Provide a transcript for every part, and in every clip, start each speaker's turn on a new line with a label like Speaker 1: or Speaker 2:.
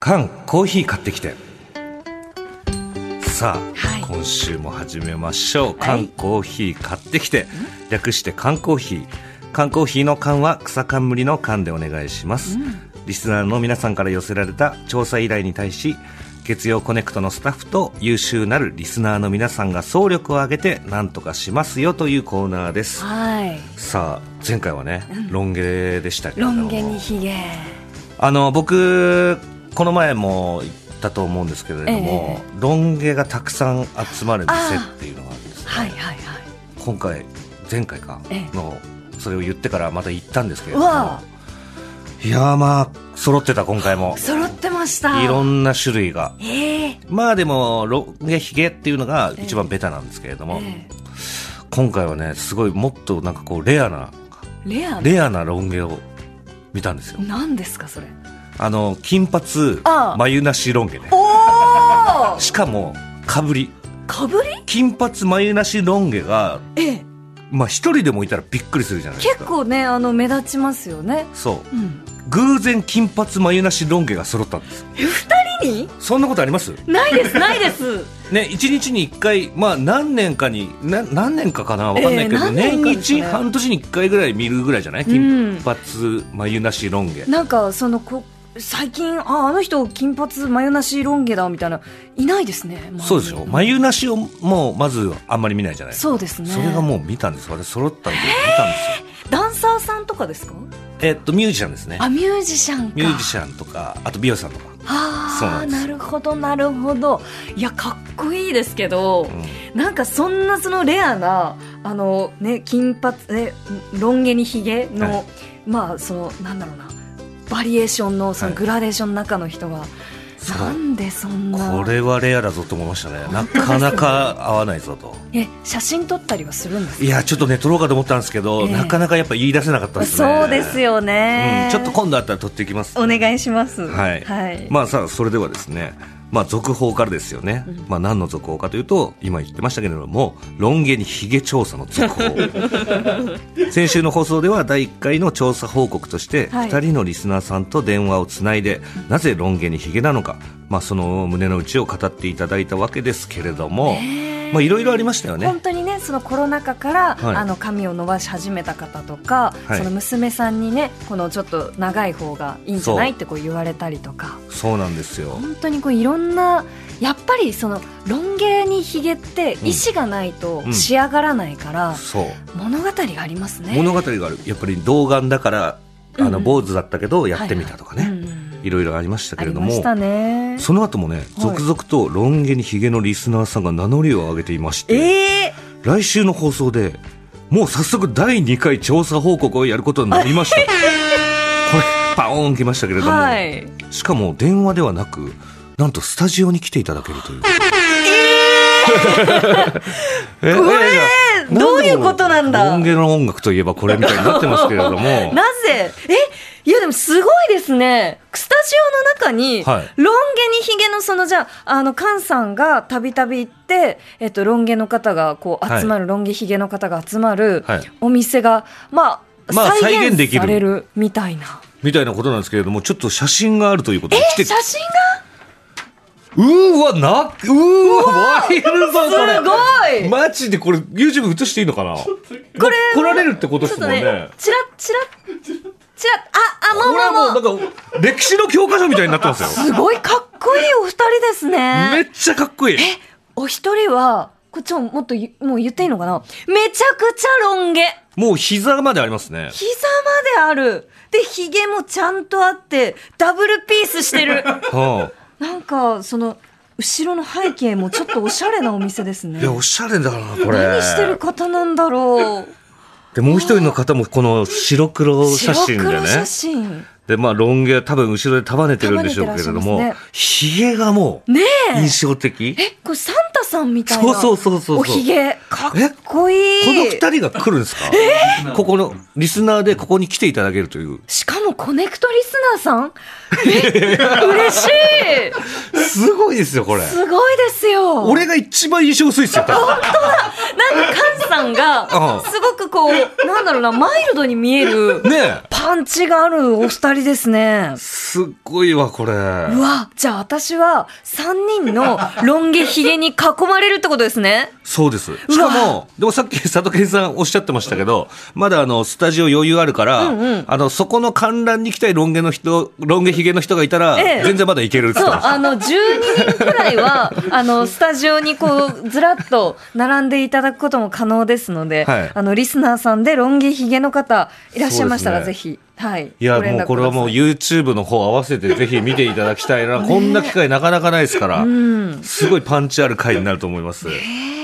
Speaker 1: 缶コーヒー買ってきてさあ、
Speaker 2: はい
Speaker 1: 今週も始めましょう缶コーヒー買ってきて、略して缶コーヒー缶コーヒーの缶は草冠の缶でお願いします、リスナーの皆さんから寄せられた調査依頼に対し月曜コネクトのスタッフと優秀なるリスナーの皆さんが総力を挙げて何とかしますよというコーナーです
Speaker 2: はい。
Speaker 1: さあ前回はね、ロン毛でしたけれど
Speaker 2: ロ
Speaker 1: も
Speaker 2: ン毛にヒゲ。
Speaker 1: あの僕この前も言ったと思うんですけれども、ロン毛がたくさん集まる店っていうのがあるんですね
Speaker 2: はいはいはい。
Speaker 1: 今回前回か
Speaker 2: ええ
Speaker 1: のそれを言ってからまた行ったんですけれ
Speaker 2: う
Speaker 1: ども
Speaker 2: わ
Speaker 1: いやーまあ揃ってた今回も
Speaker 2: あ、揃ってました。
Speaker 1: いろんな種類が
Speaker 2: ええ
Speaker 1: まあでもロン毛ヒゲっていうのが一番ベタなんですけれども、
Speaker 2: え
Speaker 1: 今回はねすごいもっとなんかこうレアな
Speaker 2: えレア。
Speaker 1: レアなロン毛を見たんですよ
Speaker 2: なんですかそれ。
Speaker 1: あの金髪
Speaker 2: ああ
Speaker 1: 眉なしロン毛ね
Speaker 2: おお。
Speaker 1: しかもかぶり
Speaker 2: かぶり？
Speaker 1: 金髪眉なしロン毛が
Speaker 2: ええ。
Speaker 1: まあ一人でもいたらびっくりするじゃないですか
Speaker 2: 結構ねあの目立ちますよね。
Speaker 1: そう
Speaker 2: うん。
Speaker 1: 偶然金髪眉なしロン毛が揃ったんです
Speaker 2: え二人に？
Speaker 1: そんなことあります
Speaker 2: ないですないです。
Speaker 1: ね一日に一回まあ何年かにな何年かかなわかんないけ
Speaker 2: え
Speaker 1: ど、
Speaker 2: ー何年か
Speaker 1: 年
Speaker 2: ですね
Speaker 1: 一半年に一回ぐらい見るぐらいじゃな
Speaker 2: う
Speaker 1: い
Speaker 2: ん
Speaker 1: 金髪眉なしロン毛、
Speaker 2: なんかそのこ最近ああの人金髪眉なしロン毛だみたいないないですね。周りに
Speaker 1: そうですよ。眉なしをもうまずあんまり見ないじゃない
Speaker 2: そうですね。
Speaker 1: それがもう見たんです私揃ったんで見たんですよ
Speaker 2: ダンサーさんとかですか？
Speaker 1: えっとミュージシャンですね
Speaker 2: あミュージシャンか。
Speaker 1: ミュージシャンとかあと美容師さんとか、そう
Speaker 2: あ
Speaker 1: なん
Speaker 2: あ
Speaker 1: です
Speaker 2: なるほどなるほどいやかっこいいですけど、
Speaker 1: うん
Speaker 2: なんかそんなそのレアなあのね金髪ねロン毛にひげの、
Speaker 1: はい
Speaker 2: まあそのなんだろうなバリエーションのその
Speaker 1: はい
Speaker 2: グラデーションの中の人が、
Speaker 1: そう
Speaker 2: なんでそんな
Speaker 1: これはレアだぞと思いましたねなかなか合わないぞと
Speaker 2: え写真撮ったりはするんですか
Speaker 1: いやちょっとね撮ろうかと思ったんですけど、
Speaker 2: ええ
Speaker 1: なかなかやっぱ言い出せなかったですね
Speaker 2: そうですよね
Speaker 1: う、ん、ちょっと今度あったら撮っていきます
Speaker 2: お願いします
Speaker 1: はい、
Speaker 2: はい、
Speaker 1: まあさあそれではですねまあ続報からですよね、
Speaker 2: うん
Speaker 1: まあ何の続報かというと今言ってましたけれどもロン毛にヒゲ調査の続 報先週の放送では第1回の調査報告として、
Speaker 2: はい
Speaker 1: 2人のリスナーさんと電話をつないで、なぜロン毛にヒゲなのか、まあ、その胸の内を語っていただいたわけですけれども、
Speaker 2: ねえ
Speaker 1: まあいろいろありましたよね
Speaker 2: 本当にねそのコロナ禍から、
Speaker 1: はい
Speaker 2: あの髪を伸ばし始めた方とか、
Speaker 1: はい
Speaker 2: その娘さんにねこのちょっと長い方がいいんじゃないってこう言われたりとか
Speaker 1: そうなんですよ
Speaker 2: 本当にこういろんなやっぱりそのロン毛にひげって
Speaker 1: うん
Speaker 2: 意志がないと
Speaker 1: うん
Speaker 2: 仕上がらないから、
Speaker 1: そう
Speaker 2: 物語がありますね。
Speaker 1: 物語があるやっぱり童顔だからあ
Speaker 2: うんう
Speaker 1: の
Speaker 2: ん
Speaker 1: 坊主だったけどやってみたとかね、
Speaker 2: はい
Speaker 1: い
Speaker 2: はいうん
Speaker 1: ろいろありました
Speaker 2: あ
Speaker 1: け
Speaker 2: り
Speaker 1: れど
Speaker 2: ま
Speaker 1: も
Speaker 2: したね。
Speaker 1: その後もね、続々とロン毛にヒゲのリスナーさんが名乗りを上げていまして、
Speaker 2: ええ
Speaker 1: 来週の放送で、もう早速第2回調査報告をやることになり ました。これ、パオーン来ましたけれども、
Speaker 2: はい。
Speaker 1: しかも電話ではなく、なんとスタジオに来ていただけるという。 え
Speaker 2: これどういうことなんだ
Speaker 1: ロン毛の音楽といえばこれみたいになってますけれども。
Speaker 2: なぜえいやでもすごいですねスタジオの中に、
Speaker 1: はい
Speaker 2: ロン毛にひげのそのじゃああの菅さんがたびたび行って、えっと、ロン毛の方がこう集まる、ロン毛ひげの方が集まる
Speaker 1: はい
Speaker 2: お店がまあ、
Speaker 1: まあ
Speaker 2: 再
Speaker 1: 再
Speaker 2: 現
Speaker 1: 現できる
Speaker 2: されるみたいな
Speaker 1: みたいなことなんですけれども、ちょっと写真があるということで来
Speaker 2: え
Speaker 1: て
Speaker 2: 写真
Speaker 1: うーわ、な、うーわ、ワイルドこれ。
Speaker 2: すごい
Speaker 1: マジでこれ、YouTube 映していいのかなこ
Speaker 2: れ
Speaker 1: 来られるってこ
Speaker 2: が
Speaker 1: とで
Speaker 2: ちょ
Speaker 1: す
Speaker 2: っ
Speaker 1: も
Speaker 2: と
Speaker 1: ん
Speaker 2: ね
Speaker 1: ね。
Speaker 2: チラッチラッチラッああ
Speaker 1: これは
Speaker 2: もうもうもう
Speaker 1: もうなんか、歴史の教科書みたいになってますよ。
Speaker 2: すごいかっこいいお二人ですね
Speaker 1: めっちゃかっこいい。
Speaker 2: えお一人はこっちももっとゆもう言っていいのかなめちゃくちゃロン毛
Speaker 1: もう膝までありますね。
Speaker 2: 膝まであるでひげもちゃんとあってダブルピースしてる
Speaker 1: は
Speaker 2: なんかその後ろの背景もちょっとおしゃれなお店ですね
Speaker 1: あ、いや、おしゃれだな、これ。
Speaker 2: 何してる方なんだろう
Speaker 1: で、もう一人の方も、この白黒写真
Speaker 2: 白
Speaker 1: で
Speaker 2: 黒
Speaker 1: ね
Speaker 2: 写。真
Speaker 1: で、まあ、ロン毛は多分後ろで束ねてるんでしょうけれど
Speaker 2: 束ねてら
Speaker 1: も
Speaker 2: っしゃいま、
Speaker 1: ヒゲがもう、
Speaker 2: ね
Speaker 1: 印象的
Speaker 2: え。えこれサンタさんみたい
Speaker 1: そ
Speaker 2: な
Speaker 1: うそうそうそう。
Speaker 2: おひげか
Speaker 1: え
Speaker 2: っこいい
Speaker 1: この二人が来るんですか、ここの、リスナーでここに来ていただけるという。
Speaker 2: しかもコネクトリスナー さんえ嬉しい
Speaker 1: すごいですよ、これ。
Speaker 2: すごいですよ。
Speaker 1: 俺が一番印象薄いですよ、多分
Speaker 2: なんか菅さん
Speaker 1: う
Speaker 2: が
Speaker 1: ん
Speaker 2: すごくこうなんだろうなマイルドに見える
Speaker 1: ねえ。
Speaker 2: パンチがあるお二人りですね。
Speaker 1: すっごいわ、これ。
Speaker 2: うわ、じゃあ私は3人のロン毛ヒゲに囲まれるってことですね。
Speaker 1: そうです。しかも、でもさっき佐藤健さんおっしゃってましたけど、まだあの、スタジオ余裕あるから、
Speaker 2: うんうん
Speaker 1: あの、そこの観覧に来たいロン毛の人、ロン毛ヒゲの人がいたら、
Speaker 2: ええ
Speaker 1: 全然まだいけるって言
Speaker 2: そ
Speaker 1: っ
Speaker 2: う、
Speaker 1: てました
Speaker 2: あの、12人くらいは、あの、スタジオにこう、ずらっと並んでいただくことも可能ですので、
Speaker 1: はい
Speaker 2: あの、リスナーさんでロン毛ヒゲの方いらっしゃいましたら、
Speaker 1: そう
Speaker 2: ぜ
Speaker 1: です
Speaker 2: ひ、はい。
Speaker 1: いや、
Speaker 2: ご連絡
Speaker 1: もうこれはもう
Speaker 2: く
Speaker 1: YouTube の方合わせてぜひ見ていただき たいな。こんな機会なかなかないですから、すごいパンチある回になると思います。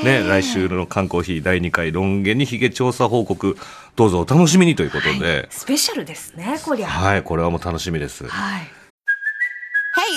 Speaker 1: ね、来週の缶コーヒー第2回ロン毛にヒゲ調査報告、どうぞお楽しみにということ
Speaker 2: ださい
Speaker 1: で、
Speaker 2: スペシャルですね、こりゃ。
Speaker 1: はい、これはもう楽しみです。
Speaker 2: はい。
Speaker 3: Hey,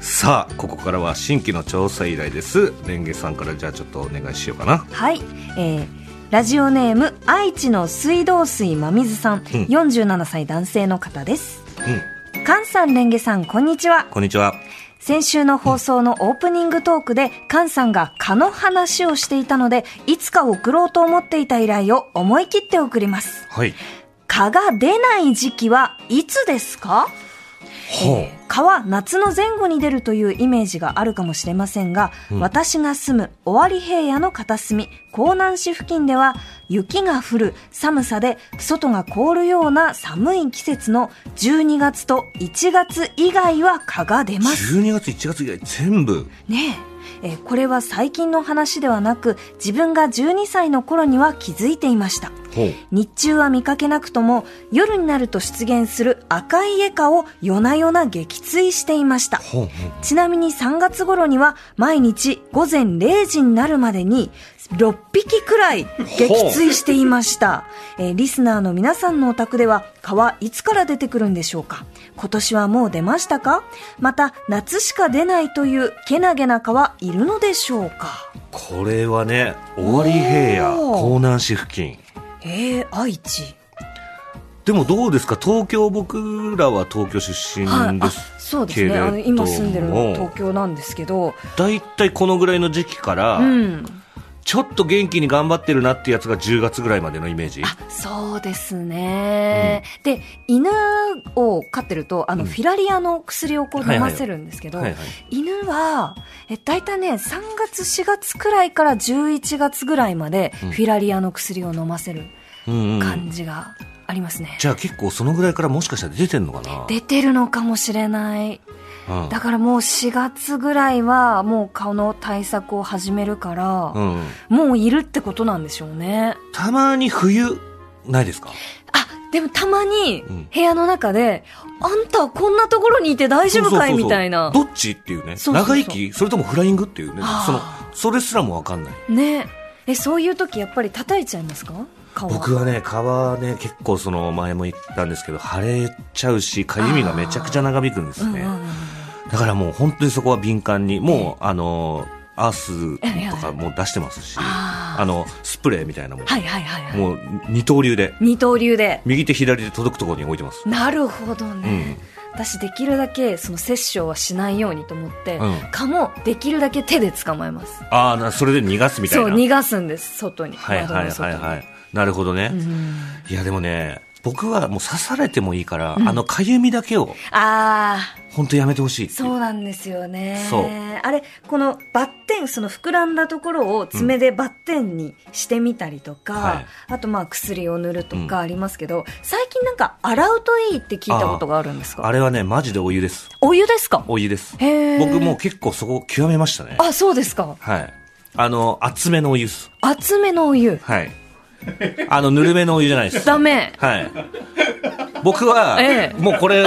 Speaker 1: さあ、ここからは新規の調査依頼です。レンゲさんからじゃあちょっとお願いしようかな。
Speaker 2: はい、えーラジオネーム愛知の水道水真水さん、47歳男性の方です。菅さん、レンゲさん、こんにちは。
Speaker 1: こんにちは。
Speaker 2: 先週の放送のオープニングトークで、菅さんが蚊の話をしていたので、いつか送ろうと思っていた依頼を思い切って送ります。
Speaker 1: はい。
Speaker 2: 蚊が出ない時期はいつですか
Speaker 1: ほう。
Speaker 2: 蚊は夏の前後に出るというイメージがあるかもしれませんが、私が住む尾張平野の片隅、江南市付近では、雪が降る寒さで外が凍るような寒い季節の12月と1月以外は蚊が出ます。
Speaker 1: 12月、1月以外全部。
Speaker 2: ねえ。えーこれは最近の話ではなく、自分が12歳の頃には気づいていました。
Speaker 1: ほう。
Speaker 2: 日中は見かけなくとも、夜になると出現する赤いエカを夜な夜な撃墜していました。
Speaker 1: ほう。ほう
Speaker 2: ちなみに3月頃には毎日午前0時になるまでに6匹くらい撃墜していました。えーリスナーの皆さんのお宅では蚊はいつから出てくるんでしょうか今年はもう出ましたかまた夏しか出ないというけなげな蚊はいるのでしょうか
Speaker 1: これはね、尾張平野、
Speaker 2: おー
Speaker 1: 江南市付近。
Speaker 2: えー、愛知。
Speaker 1: でもどうですか東京僕らは東京出
Speaker 2: はい
Speaker 1: 身。
Speaker 2: あ
Speaker 1: です、
Speaker 2: そうです
Speaker 1: けれ
Speaker 2: ね。
Speaker 1: ど
Speaker 2: あの、
Speaker 1: も
Speaker 2: 今住んでる東京なんですけど。
Speaker 1: だいたいこのぐらいの時期から、
Speaker 2: うん。
Speaker 1: ちょっと元気に頑張ってるなってやつが10月ぐらいまでのイメージ
Speaker 2: あそうですね、で犬を飼ってるとあの、フィラリアの薬をこう
Speaker 1: はい
Speaker 2: 飲
Speaker 1: はい
Speaker 2: ませるんですけど、
Speaker 1: はいはい
Speaker 2: 犬はえ大体ね3月4月くらいから11月ぐらいまでフィラリアの薬を飲ませる
Speaker 1: うんうん
Speaker 2: 感じがありますね、
Speaker 1: じゃあ結構そのぐらいからもしかしたら出てんのかな
Speaker 2: 出てるのかもしれない
Speaker 1: うん
Speaker 2: だからもう4月ぐらいはもう顔の対策を始めるから、
Speaker 1: うんうん
Speaker 2: もういるってことなんでしょうね
Speaker 1: たまに冬ないですか
Speaker 2: あ、でもたまに
Speaker 1: うん
Speaker 2: 部屋の中で、あんたこんなところにいて大丈夫かい
Speaker 1: そうそうそうそう
Speaker 2: みたいな。
Speaker 1: どっちっていうね
Speaker 2: そうそうそう
Speaker 1: 長生きそれともフライングっていうね
Speaker 2: あー
Speaker 1: そのそれすらもわかんない
Speaker 2: ね。え、そういう時やっぱり叩いちゃいますか顔
Speaker 1: 僕はね、蚊はね、結構その前も言ったんですけど、腫れちゃうし、かゆみがめちゃくちゃ長引くんですね。
Speaker 2: うんうんうん
Speaker 1: だからもう本当にそこは敏感に、もう、あの、アースとかも出してますし、
Speaker 2: あー
Speaker 1: あの、スプレーみたいなもん、
Speaker 2: はいはいはいはい。
Speaker 1: もう二刀流で、
Speaker 2: 二刀流で。
Speaker 1: 右手左手届くところに置いてます。
Speaker 2: なるほどね。私できるだけその殺生はしないようにと思って、
Speaker 1: うん
Speaker 2: 蚊もできるだけ手で捕まえます。
Speaker 1: ああ、なそれで逃がすみたい
Speaker 2: そう、
Speaker 1: な。
Speaker 2: 逃がすんです、外に。
Speaker 1: はいは
Speaker 2: 窓
Speaker 1: いはい
Speaker 2: の外
Speaker 1: は
Speaker 2: に
Speaker 1: い。なるほどね。いやでもね、僕はもう刺されてもいいから、あの、かゆみだけを、
Speaker 2: ああ。
Speaker 1: 本当やめてほしいっていう
Speaker 2: そうなんですよね。
Speaker 1: そう
Speaker 2: あれ、このバッテン、その膨らんだところを爪でバッテンにしてみたりと
Speaker 1: は
Speaker 2: か
Speaker 1: い、
Speaker 2: あとまあ薬を塗るとかありますけど、最近なんか洗うといいって聞いたことがあるんです
Speaker 1: あ
Speaker 2: か
Speaker 1: れはね、マジでお湯です。
Speaker 2: お湯ですか
Speaker 1: お湯です。
Speaker 2: へー
Speaker 1: 僕もう結構そこ極めましたね。
Speaker 2: あ、そうですか。
Speaker 1: はい。あの、厚めのお湯っす。
Speaker 2: 厚めのお湯。
Speaker 1: はい。あの、ぬるめのお湯じゃないです。
Speaker 2: ダメ。
Speaker 1: はい。僕は、
Speaker 2: ええ
Speaker 1: もうこれ、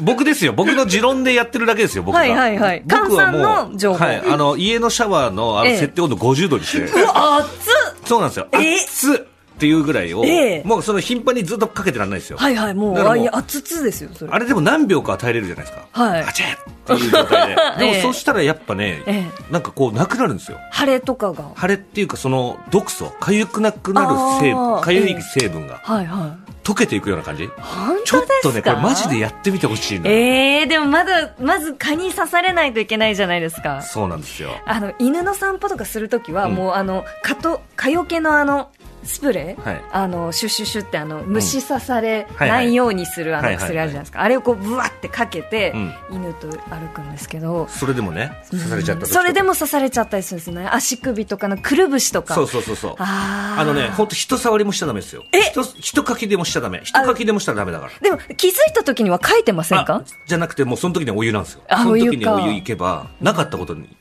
Speaker 1: 僕ですよ。僕の持論でやってるだけですよ、僕が。
Speaker 2: はいはいはい
Speaker 1: 僕はもう
Speaker 2: 菅さんの情報
Speaker 1: はい。あの、家のシャワーのあの
Speaker 2: ええ
Speaker 1: 設定温度50度にして。
Speaker 2: うわ、熱っ
Speaker 1: そうなんですよ。
Speaker 2: え
Speaker 1: 熱っっていうぐらいを、
Speaker 2: ええ
Speaker 1: もうその頻繁にずっとかけてらんないですよ。
Speaker 2: はいはい、もう、
Speaker 1: だから
Speaker 2: あ
Speaker 1: もう
Speaker 2: いや、熱々ですよ、それ。
Speaker 1: あれでも何秒かは耐えれるじゃないですか。
Speaker 2: はい
Speaker 1: ガチャッっていう状態で。で
Speaker 2: ええ
Speaker 1: もそうしたらやっぱね、
Speaker 2: え
Speaker 1: なんかこうなくなるんですよ。
Speaker 2: 腫れとかが。
Speaker 1: 腫れっていうかその毒素、かゆくなくなる成
Speaker 2: あ
Speaker 1: 分、
Speaker 2: ー
Speaker 1: かゆ
Speaker 2: ええ
Speaker 1: い成分が
Speaker 2: はいはい。
Speaker 1: 溶けていくような感じ。
Speaker 2: 本当です
Speaker 1: ちょ
Speaker 2: か
Speaker 1: っとね、これマジでやってみてほしいのよ。
Speaker 2: ええでもまだ、まず蚊に刺されないといけないじゃないですか。
Speaker 1: そうなんですよ。
Speaker 2: あの、犬の散歩とかするときは、
Speaker 1: うん
Speaker 2: もうあの、蚊と、蚊よけのあの、スプレー、
Speaker 1: はい
Speaker 2: あの、シュッシュッシュってあの、虫刺されないようにするあ
Speaker 1: は
Speaker 2: の
Speaker 1: いはい
Speaker 2: 薬あるじゃないですか。あれをこう、ブワってかけて、
Speaker 1: う
Speaker 2: 犬と歩くんですけど、
Speaker 1: それでもね、刺されちゃった時とか
Speaker 2: それでも刺されちゃったりするんですね。足首とかのくるぶしとか。
Speaker 1: そうそうそうそう。
Speaker 2: あー
Speaker 1: あのね、ほんと人触りもしちゃダメですよ。人、人かきでもしちゃダメ。人かきでもしたらダメだから。
Speaker 2: でも、気づいた時には書いてませんか
Speaker 1: あじゃなくて、もうその時にはお湯なんですよ。
Speaker 2: あ
Speaker 1: その
Speaker 2: お
Speaker 1: 時
Speaker 2: 湯
Speaker 1: に
Speaker 2: か
Speaker 1: お湯いけば、なかったことに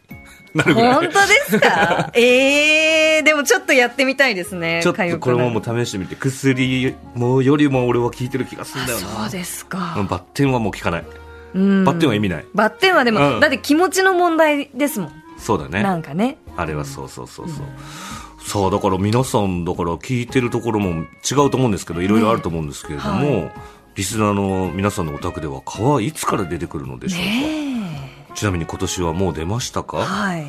Speaker 1: なるぐら
Speaker 2: 本
Speaker 1: い。
Speaker 2: 当ですかええでもちょっとやってみたいですね。
Speaker 1: ちょっ
Speaker 2: 痒くな
Speaker 1: と
Speaker 2: い
Speaker 1: これももう試してみて、薬もうよりも俺は効いてる気がするんだよな。
Speaker 2: そうですか。
Speaker 1: うんバッテンはもう効かない。
Speaker 2: うん
Speaker 1: バッテンは意味ない。
Speaker 2: バッテンはでも、
Speaker 1: うん
Speaker 2: だって気持ちの問題ですもん。
Speaker 1: そうだね。
Speaker 2: なんかね。
Speaker 1: あれはそうそうそうそう。そう、だから皆さん、だから聞いてるところも違うと思うんですけど、いろいろあると思うんですけれども、
Speaker 2: ね
Speaker 1: リスナーの皆さんのお宅では蚊はいつから出てくるのでしょうか、
Speaker 2: ね
Speaker 1: ちなみに今年はもう出ました
Speaker 2: え。
Speaker 1: か
Speaker 2: はい。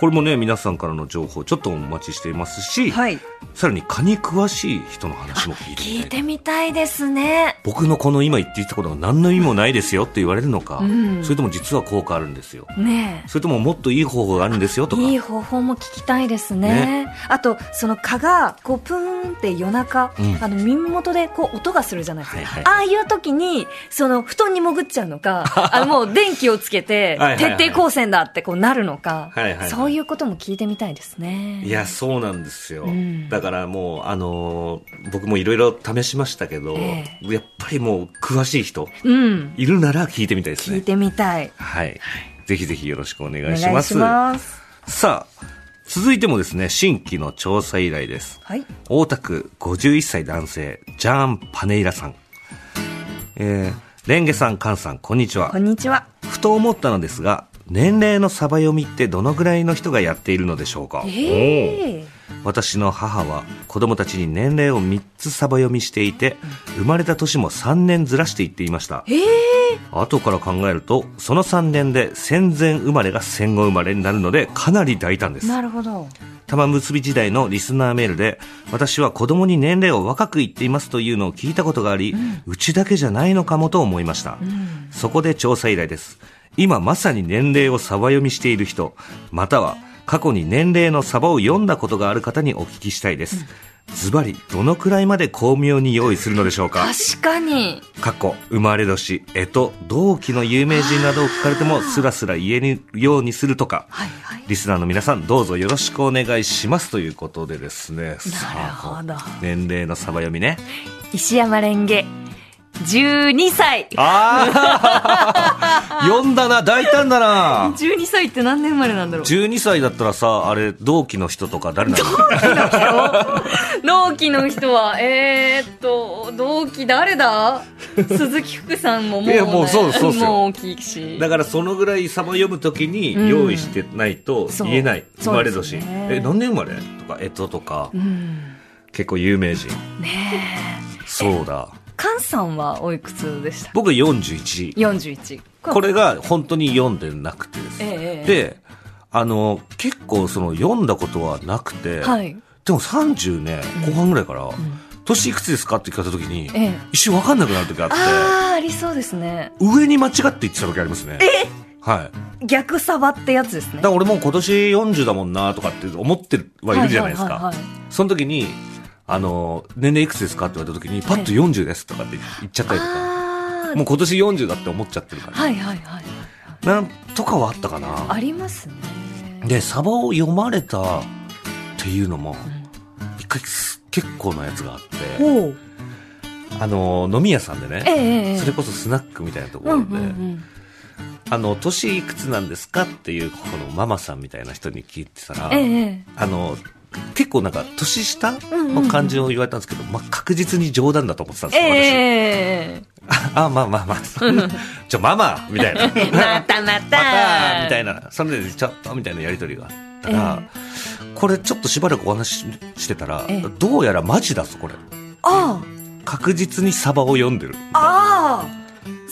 Speaker 1: これもね、皆さんからの情報ちょっとお待ちしていますし、
Speaker 2: はい。
Speaker 1: さらに蚊に詳しい人の話も聞いてみ
Speaker 2: 聞
Speaker 1: た
Speaker 2: い
Speaker 1: い。
Speaker 2: てみたいですね。
Speaker 1: 僕のこの今言っていたことが何の意味もないですよって言われるのか、
Speaker 2: ん
Speaker 1: それとも実は効果あるんですよ。
Speaker 2: ねえ。
Speaker 1: それとももっといい方法があるんですよとか。
Speaker 2: いい方法も聞きたいですね。あと、その蚊が、こう、プーンって夜中、
Speaker 1: うん
Speaker 2: あの、耳元で、こう、音がするじゃないですか。
Speaker 1: はいはい
Speaker 2: ああいう時に、その、布団に潜っちゃうの か、あの、もう電気をつけて
Speaker 1: はい、はいは
Speaker 2: 徹
Speaker 1: い
Speaker 2: 底抗戦だって、こう、なるのか、
Speaker 1: はいはいはい
Speaker 2: そういうことも聞いてみたいですね。
Speaker 1: いや、そうなんですよ。
Speaker 2: うん
Speaker 1: だからもう、あのー僕もいろいろ試しましたけど、
Speaker 2: え
Speaker 1: やっぱりもう詳しい人、
Speaker 2: うん。
Speaker 1: いるなら聞いてみたいです
Speaker 2: 聞い
Speaker 1: ね。
Speaker 2: てみたい。
Speaker 1: はい。ぜひぜひよろしくお願
Speaker 2: お願
Speaker 1: い
Speaker 2: い
Speaker 1: します。
Speaker 2: します。
Speaker 1: さあ、続いてもですね、新規の調査依頼です。
Speaker 2: はい。
Speaker 1: 大田区51歳男性、ジャーン・パネイラさん。えー、レンゲさん、カンさん、こんにちは
Speaker 2: こ。んにちは。
Speaker 1: ふと思ったのですが、年齢のサバ読みってどのぐらいの人がやっているのでしょうか、
Speaker 2: ええ
Speaker 1: 私の母は子供たちに年齢を3つサバ読みしていて生まれた年も3年ずらしていっていました
Speaker 2: ええ
Speaker 1: 後から考えるとその3年で戦前生まれが戦後生まれになるのでかなり大胆です
Speaker 2: なるほど。
Speaker 1: 玉結び時代のリスナーメールで私は子供に年齢を若く言っていますというのを聞いたことがあり、うちだけじゃないのかもと思いました、そこで調査依頼です今まさに年齢をサバ読みしている人または過去に年齢のサバを読んだことがある方にお聞きしたいです、ズバリどのくらいまで巧妙に用意するのでしょうか
Speaker 2: 確かに。
Speaker 1: 過去、生まれ年、えと、同期の有名人などを聞かれても、スラスラ言えるようにするとか、
Speaker 2: はいはい。
Speaker 1: リスナーの皆さん、どうぞよろしくお願いしますということでですね。さあ
Speaker 2: ほど
Speaker 1: こう年齢のサバ読みね。
Speaker 2: 石山レンゲ、12歳。
Speaker 1: ああ 読んだな、大胆だな。
Speaker 2: 12歳って何年生まれなんだろう
Speaker 1: 12歳だったらさ、あれ、同期の人とか誰なの
Speaker 2: 同期の人は、えー、っと、同期誰 だ鈴木福さんももう、ね、
Speaker 1: いやもうそうそうっすよ
Speaker 2: もう大きいし。
Speaker 1: だからそのぐらいサバ読むときに用意してないと
Speaker 2: そう
Speaker 1: 言えない。生まれ
Speaker 2: そうです
Speaker 1: 年。
Speaker 2: よね
Speaker 1: え、何年生まれとか、えととか、
Speaker 2: うん。
Speaker 1: 結構有名人。
Speaker 2: ね
Speaker 1: そうだ。
Speaker 2: え。菅さんはおいくつでした
Speaker 1: 僕41。
Speaker 2: ?41。
Speaker 1: これが本当に読んでなくてです、
Speaker 2: ええええ
Speaker 1: であの結構その読んだことはなくて、
Speaker 2: はい
Speaker 1: でも30ね後半ぐらいから、年いくつですかって聞かれた時に、
Speaker 2: ええ
Speaker 1: 一瞬分かんなくなる時あって
Speaker 2: ああ、ありそうですね。
Speaker 1: 上に間違って言ってた時ありますねはい、
Speaker 2: 逆サバってやつです
Speaker 1: だ
Speaker 2: ね
Speaker 1: か。ら俺もう今年40だもんなとかって思ってはいるじゃないですか、
Speaker 2: はいはいはいはい
Speaker 1: その時にあの年齢いくつですかって言われた時にパッと40ですとかって言っちゃったりとか、
Speaker 2: あ
Speaker 1: もう今年40だって思っちゃってるから、
Speaker 2: はいはいはい。
Speaker 1: なんとかはあったかな
Speaker 2: ありますね。
Speaker 1: で、サバを読まれたっていうのも、一回す結構なやつがあって、
Speaker 2: ほう。
Speaker 1: あの、飲み屋さんで
Speaker 2: ええ
Speaker 1: ね、
Speaker 2: ええ。
Speaker 1: それこそスナックみたいなとこ
Speaker 2: う
Speaker 1: ろ
Speaker 2: ん
Speaker 1: で
Speaker 2: う、ん
Speaker 1: あの、年いくつなんですかっていう、このママさんみたいな人に聞いてたら
Speaker 2: うん。、ええ。
Speaker 1: あの、結構なんか、年下
Speaker 2: んうんう
Speaker 1: の
Speaker 2: ん
Speaker 1: 感じを言われたんですけど、まあ、確実に冗談だと思ってたんですよ、私。
Speaker 2: ええ。
Speaker 1: あ、まあまあまあ。ちょ、ママみたいな。
Speaker 2: またまた。
Speaker 1: またみたいな、それでちょっとみたいなやりとりがあったら、これちょっとしばらくお話ししてたら、
Speaker 2: ええ
Speaker 1: どうやらマジだぞこれ
Speaker 2: あ
Speaker 1: 確実にサバを読んでる
Speaker 2: あああ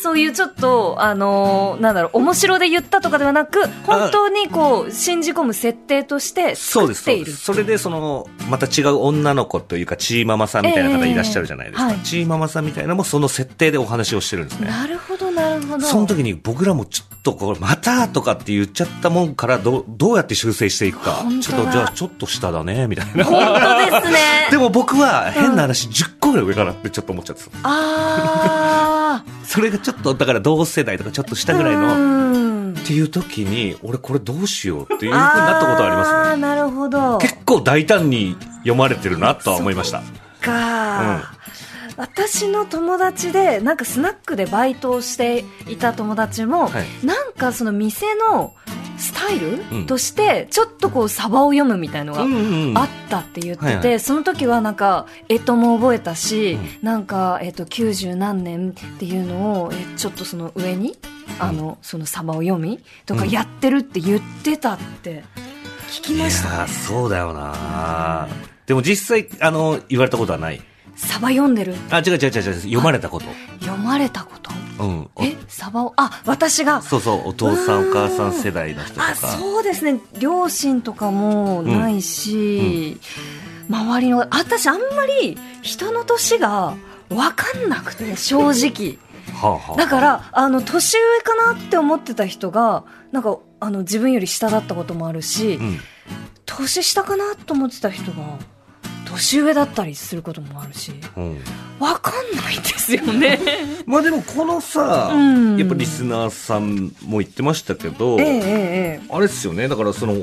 Speaker 2: そういうちょっと、あのーなんだろう、面白で言ったとかではなく、本当にこう、信じ込む設定として
Speaker 1: そ
Speaker 2: 作っ
Speaker 1: うです、そ
Speaker 2: て
Speaker 1: う
Speaker 2: い
Speaker 1: で
Speaker 2: る
Speaker 1: す。。それで、その、また違う女の子というか、チーママさんみたいな方
Speaker 2: ええ
Speaker 1: いらっしゃるじゃないです
Speaker 2: は
Speaker 1: か
Speaker 2: い。
Speaker 1: チーママさんみたいなのも、その設定でお話をしてるんですね。
Speaker 2: なるほど、なるほど。
Speaker 1: その時に僕らもちょっとこれまたとかって言っちゃったもんからどうどうやって修正していくか
Speaker 2: 本当
Speaker 1: ち
Speaker 2: だ
Speaker 1: ょっとじゃあちょっと下だねみたいな
Speaker 2: 本当 ですね。
Speaker 1: でも僕は変な話10個ぐらい上かなってちょっと思っちゃってた
Speaker 2: ああ。
Speaker 1: それがちょっとだから同世代とかちょっと下ぐらいのっ
Speaker 2: の。
Speaker 1: ていう時に俺これどうしようっていうふうになったことはあります
Speaker 2: あ
Speaker 1: ね
Speaker 2: あ、なるほど。
Speaker 1: 結構大胆に読まれてるなとは思いました
Speaker 2: か、私の友達でなんかスナックでバイトをしていた友達も、
Speaker 1: はい
Speaker 2: なんかその店のスタイ
Speaker 1: う
Speaker 2: ル
Speaker 1: ん
Speaker 2: としてちょっとこうサバを読むみたいのが
Speaker 1: ん
Speaker 2: あったって言ってて、
Speaker 1: はいはい
Speaker 2: その時はなんかえとも覚えたし、なんか、えっと90何年っていうのをえちょっとその上にあの、そのサバを読みとか
Speaker 1: うん
Speaker 2: やってるって言ってたって聞き
Speaker 1: いや
Speaker 2: ました、ね
Speaker 1: ーそうだよなでも実際あの言われたことはない
Speaker 2: サバ読んでる
Speaker 1: あ違う違う違う違う読まれたこと
Speaker 2: 読まれたこと
Speaker 1: うん
Speaker 2: えサバをあ私が
Speaker 1: そうそうお父さんお母さん世代の人とか
Speaker 2: あそうですね両親とかもないし、周りの私あんまり人の年が分かんなくて正直
Speaker 1: はあは あ
Speaker 2: だからあの年上かなって思ってた人がなんかあの自分より下だったこともあるし、
Speaker 1: うん
Speaker 2: 年下かなと思ってた人が年上だったりすることもあるし
Speaker 1: うん
Speaker 2: 分かんないんですよね。
Speaker 1: まあでもこのさ、
Speaker 2: うん
Speaker 1: やっぱリスナーさんも言ってましたけど、
Speaker 2: ええええ
Speaker 1: あれですよねだからその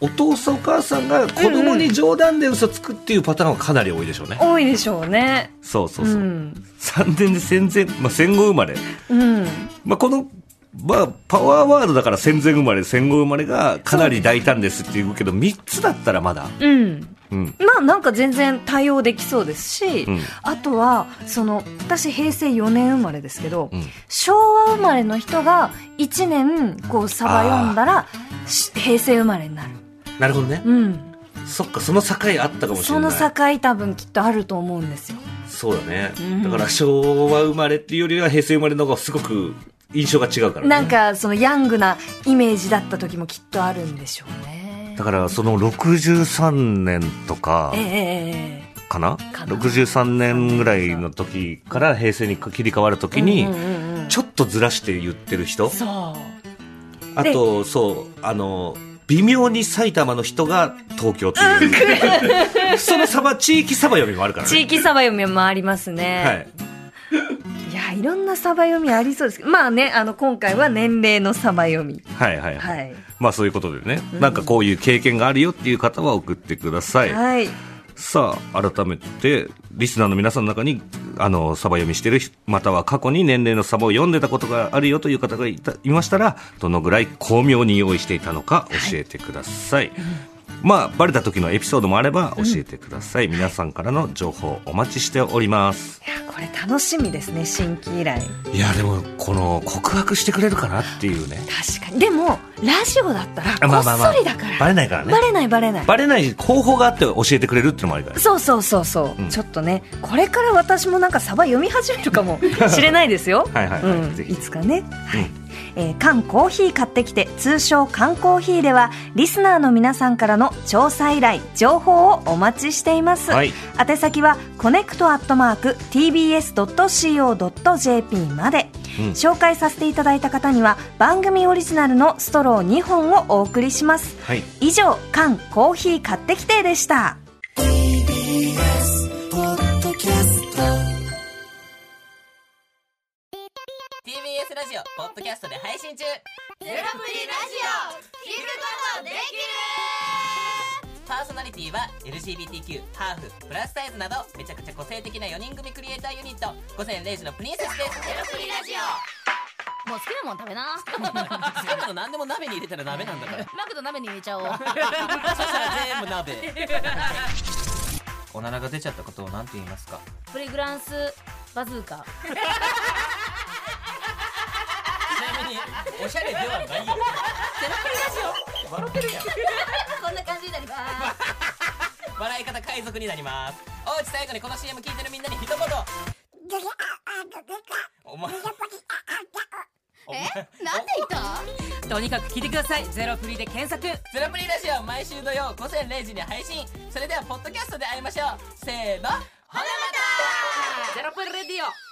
Speaker 1: お父さんお母さんが子供に冗談で嘘つくっていうパターンはかなり多いでしょうね、
Speaker 2: 多いでしょうね。
Speaker 1: そうそうそう、
Speaker 2: ん
Speaker 1: 3年で戦前、まあ、戦後生まれ
Speaker 2: うん
Speaker 1: まあ、この、まあ、パワーワードだから戦前生まれ戦後生まれがかなり大胆ですって言うけど3つだったらまだ、
Speaker 2: うん
Speaker 1: うん
Speaker 2: まあなんか全然対応できそうですし、
Speaker 1: うん
Speaker 2: あとはその私平成4年生まれですけど、
Speaker 1: うん、
Speaker 2: 昭和生まれの人が1年こうサバ読んだらし平成生まれになる、
Speaker 1: なるほどね、
Speaker 2: うん、
Speaker 1: そっかその境あったかもしれ
Speaker 2: その
Speaker 1: な
Speaker 2: 境
Speaker 1: い
Speaker 2: 多分きっとあると思うんですよ
Speaker 1: そうだね、
Speaker 2: うん
Speaker 1: だから昭和生まれっていうよりは平成生まれの方がすごく印象が違うから、ね、
Speaker 2: なんかそのヤングなイメージだった時もきっとあるんでしょうね
Speaker 1: だからその63年とか
Speaker 2: えええ
Speaker 1: かな
Speaker 2: かな
Speaker 1: 63年ぐらいの時から平成に切り替わる
Speaker 2: えええ
Speaker 1: 時に、
Speaker 2: うんうんうんうん
Speaker 1: ちょっとずらして言ってる人
Speaker 2: そう
Speaker 1: あと、そう、あの、微妙に埼玉の人が東京っていう。 そのサバ、地域サバ読みもあるから
Speaker 2: 地
Speaker 1: ね。
Speaker 2: 域サバ読みもありますね、
Speaker 1: はい。
Speaker 2: いや、いろんなサバ読みありそうですけど、まあね、あの、今回は年齢のサバ読み。
Speaker 1: はいはいはい。
Speaker 2: はい。
Speaker 1: まあそういうことでね、なんかこういう経験があるよっていう方は送ってください。
Speaker 2: はい。
Speaker 1: さあ、改めて、リスナーの皆さんの中に、あの、サバ読みしてる人、または過去に年齢のサバを読んでたことがあるよという方がいたいましたら、どのぐらい巧妙に用意していたのか教えてください。まあ、バレた時のエピソードもあれば教えてください。皆さんからの情報お待ちしております。
Speaker 2: いや、これ楽しみですね、新規以来。
Speaker 1: いや、でも、この、告白してくれるかなっていうね。
Speaker 2: 確かに。でも、ラジオだったら、こ
Speaker 1: ま
Speaker 2: っ
Speaker 1: あまあまあ
Speaker 2: そりだから。
Speaker 1: バレないからね
Speaker 2: バレない、バレない。
Speaker 1: バレない方法があって教えてくれるっていうのもあるからね。
Speaker 2: そうそうそうそう、
Speaker 1: うん
Speaker 2: ちょっとねこれから私もなんかサバ読み始める かもしれないですよ
Speaker 1: はいはいはい
Speaker 2: うん、
Speaker 1: ぜひ
Speaker 2: いつかね、はいえー缶コーヒー買ってきて通称缶コーヒーではリスナーの皆さんからの調査依頼情報をお待ちしています、
Speaker 1: はい
Speaker 2: 宛先はコネクトアットマーク TBS.CO.JP まで、
Speaker 1: うん
Speaker 2: 紹介させていただいた方には番組オリジナルのストロー2本をお送りします
Speaker 1: はい。
Speaker 2: 以上缶コーヒー買ってきてでした
Speaker 4: ラジオポッドキャストで配信中
Speaker 5: ゼロプリラジオ聞くことでき
Speaker 4: パーソナリティは LGBTQ ハーフプラスサイズなどめちゃくちゃ個性的な4人組クリエイターユニット午前0時のプリンセスです
Speaker 5: るゼロプリラジオもう好きなもん食べな
Speaker 4: 好きなの何でも鍋に入れたら鍋なんだから
Speaker 5: マクド鍋に入れちゃおう
Speaker 4: そしたら全部鍋おならが出ちゃったことを何て言いますか
Speaker 5: プリグランスバズー
Speaker 4: ち
Speaker 5: カ
Speaker 4: なみにおしゃれではないよ笑ってるやん
Speaker 5: こんな感じになります
Speaker 4: 笑い方海賊になりますおうち最後にこの CM 聞いてるみんなに一言お前お前
Speaker 5: え なんで言った
Speaker 6: とにかく聞いてくださいゼロフリーで検索
Speaker 4: ゼロプリラジオ毎週土曜午前0時に配信それではポッドキャストで会いましょうせーのほなまた
Speaker 6: ゼロプリレディオ